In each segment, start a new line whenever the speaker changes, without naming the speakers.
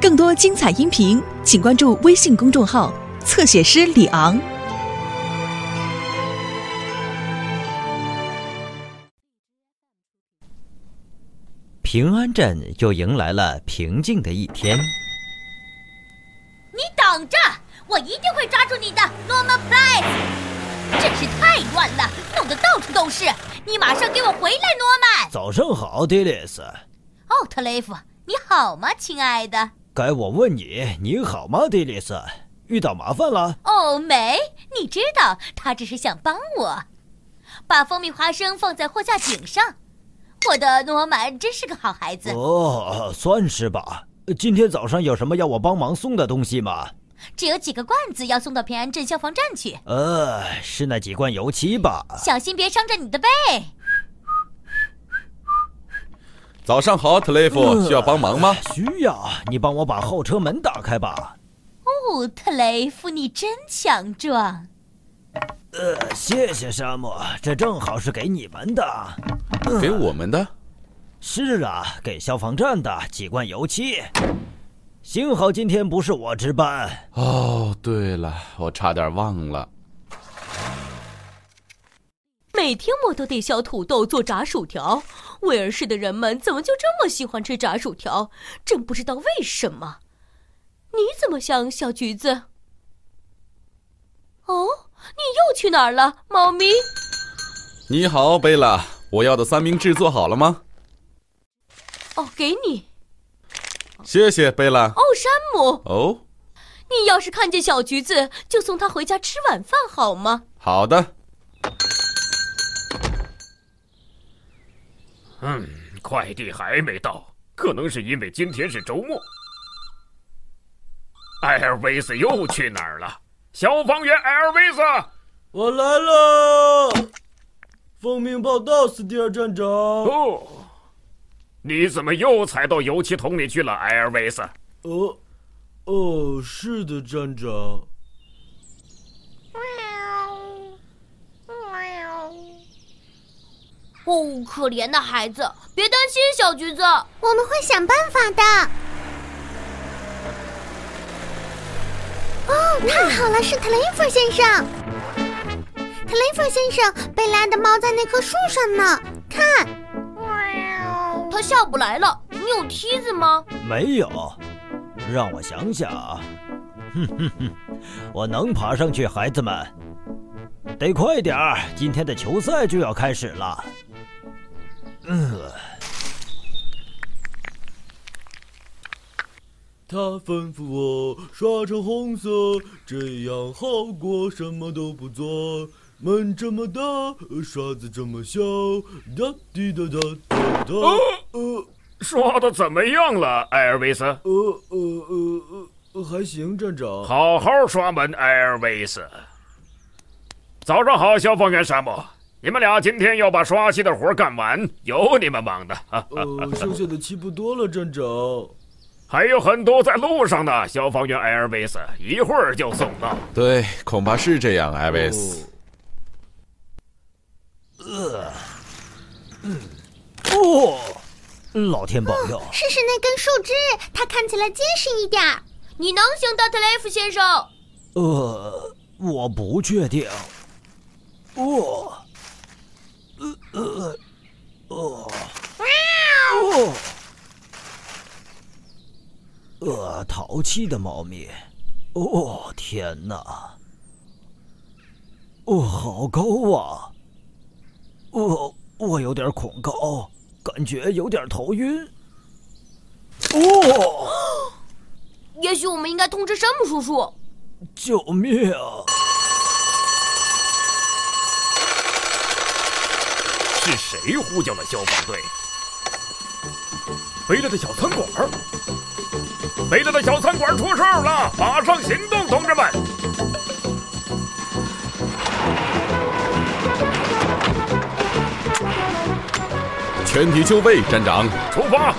更多精彩音频，请关注微信公众号“侧写师李昂”。
平安镇又迎来了平静的一天。
你等着，我一定会抓住你的 l o m a p l i e 真是太乱了，弄得到处都是。你马上给我回来，诺曼。
早上好，迪丽斯。
哦，特雷弗，你好吗，亲爱的？
该我问你，你好吗，迪丽斯？遇到麻烦了？
哦，没，你知道，他只是想帮我，把蜂蜜花生放在货架顶上。我的诺曼真是个好孩子。
哦，算是吧。今天早上有什么要我帮忙送的东西吗？
只有几个罐子要送到平安镇消防站去。
呃，是那几罐油漆吧？
小心别伤着你的背。
早上好，特雷弗，需要帮忙吗？
需要，你帮我把后车门打开吧。
哦，特雷弗，你真强壮。
呃，谢谢沙漠，这正好是给你们的。
呃、给我们的？
是啊，给消防站的几罐油漆。幸好今天不是我值班。
哦，对了，我差点忘了。
每天我都得削土豆做炸薯条。威尔士的人们怎么就这么喜欢吃炸薯条？真不知道为什么。你怎么想，小橘子？哦，你又去哪儿了，猫咪？
你好，贝拉。我要的三明治做好了吗？
哦，给你。
谢谢，贝拉。
哦，山姆。
哦，
你要是看见小橘子，就送他回家吃晚饭好吗？
好的。
嗯，快递还没到，可能是因为今天是周末。艾尔维斯又去哪儿了？消防员艾尔维斯，
我来了！奉命报道，斯蒂尔站长。
哦，你怎么又踩到油漆桶里去了，艾尔维斯？
哦，哦，是的，站长。
哦，可怜的孩子，别担心，小橘子，
我们会想办法的。哦，太好了，是特雷弗先生。特雷弗先生，贝拉的猫在那棵树上呢，看，
它下不来了。你有梯子吗？
没有，让我想想啊。哼哼哼，我能爬上去，孩子们，得快点儿，今天的球赛就要开始了。嗯，
他吩咐我刷成红色，这样好过什么都不做。门这么大，刷子这么小，哒滴哒哒哒哒。
呃，刷的怎么样了，艾尔维斯？
呃呃呃呃，还行，站长。
好好刷门，艾尔维斯。早上好，消防员沙漠。你们俩今天要把刷漆的活干完，有你们忙的。啊
呃，剩下的漆不多了，站长。
还有很多在路上呢，消防员艾尔维斯，一会儿就送到。
对，恐怕是这样，艾维
哦
斯。
呃，嗯，哦，老天保佑！哦、
试试那根树枝，它看起来结实一点。
你能行的，特雷弗先生。
呃，我不确定。哦。呃呃哦哦，呃，淘气的猫咪，哦天哪，哦好高啊，哦我有点恐高，感觉有点头晕。哦，
也许我们应该通知山姆叔叔。
救命！啊
是谁呼叫了消防队？贝勒的小餐馆儿，贝勒的小餐馆出事儿了！马上行动，同志们！
全体就位，站长，
出发！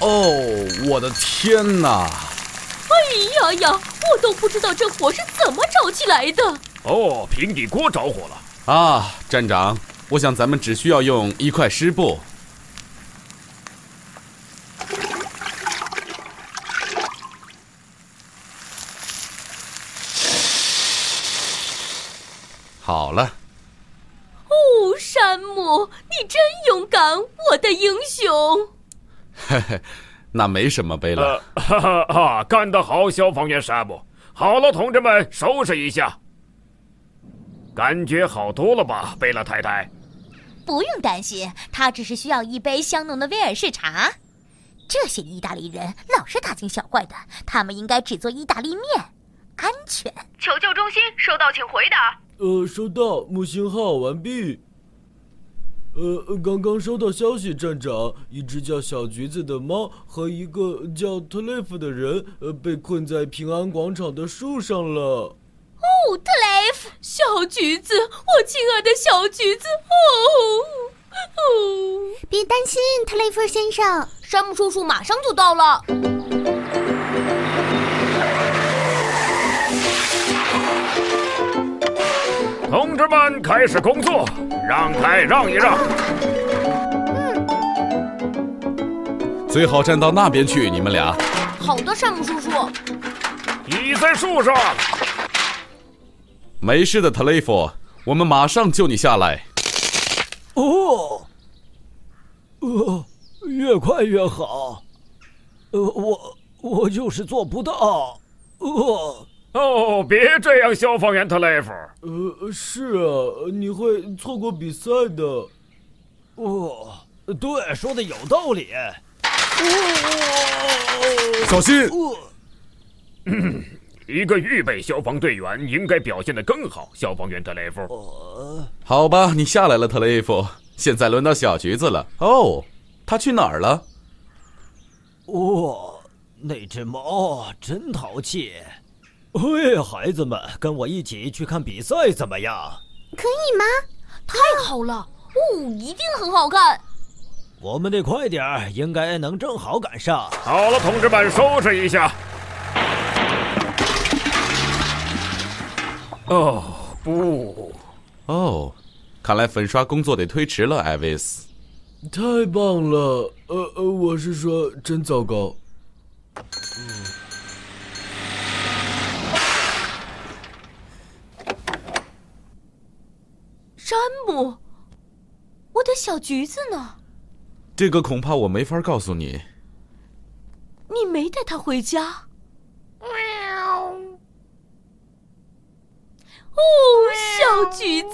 哦，我的天哪！
哎呀呀，我都不知道这火是怎么着起来的。
哦，平底锅着火了。
啊，站长，我想咱们只需要用一块湿布。好了，
哦，山姆，你真勇敢，我的英雄！
嘿嘿，那没什么，贝
呃
勒。，
哈哈哈，干得好，消防员山姆。好了，同志们，收拾一下。感觉好多了吧，贝拉太太？
不用担心，他只是需要一杯香浓的威尔士茶。这些意大利人老是大惊小怪的，他们应该只做意大利面，安全。
求救中心收到，请回答。
呃，收到，木星号完毕。呃，呃刚刚收到消息，站长，一只叫小橘子的猫和一个叫特雷弗的人，呃，被困在平安广场的树上了。
哦，特雷弗，
小橘子，我亲爱的小橘子，哦哦，
别担心，特雷弗先生。
山姆叔叔马上就到了。
同志们，开始工作，让开，让一让。
最好站到那边去，你们俩。
好的，山姆叔叔，
倚在树上。
没事的，特雷弗，我们马上救你下来。
哦，呃，越快越好。呃，我我就是做不到。呃，
哦，别这样，消防员特雷弗。
呃，是啊，你会错过比赛的。
哦，对，说的有道理。
小心！
呃，
一个预备消防队员应该表现得更好。消防员特雷弗，
好吧，你下来了，特雷弗。现在轮到小橘子了。哦，他去哪儿了？
哦，那只猫真淘气。嘿，孩子们，跟我一起去看比赛怎么样？
可以吗？
太好了，哦，一定很好看。
我们得快点儿，应该能正好赶上。
好了，同志们，收拾一下。哦，不，
哦，看来粉刷工作得推迟了，艾维斯。
太棒了，呃呃，我是说，真糟糕。
山姆，我的小橘子呢？
这个恐怕我没法告诉你。
你没带它回家？哦，小橘子，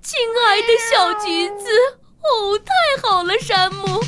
亲爱的小橘子，哦，太好了，山姆，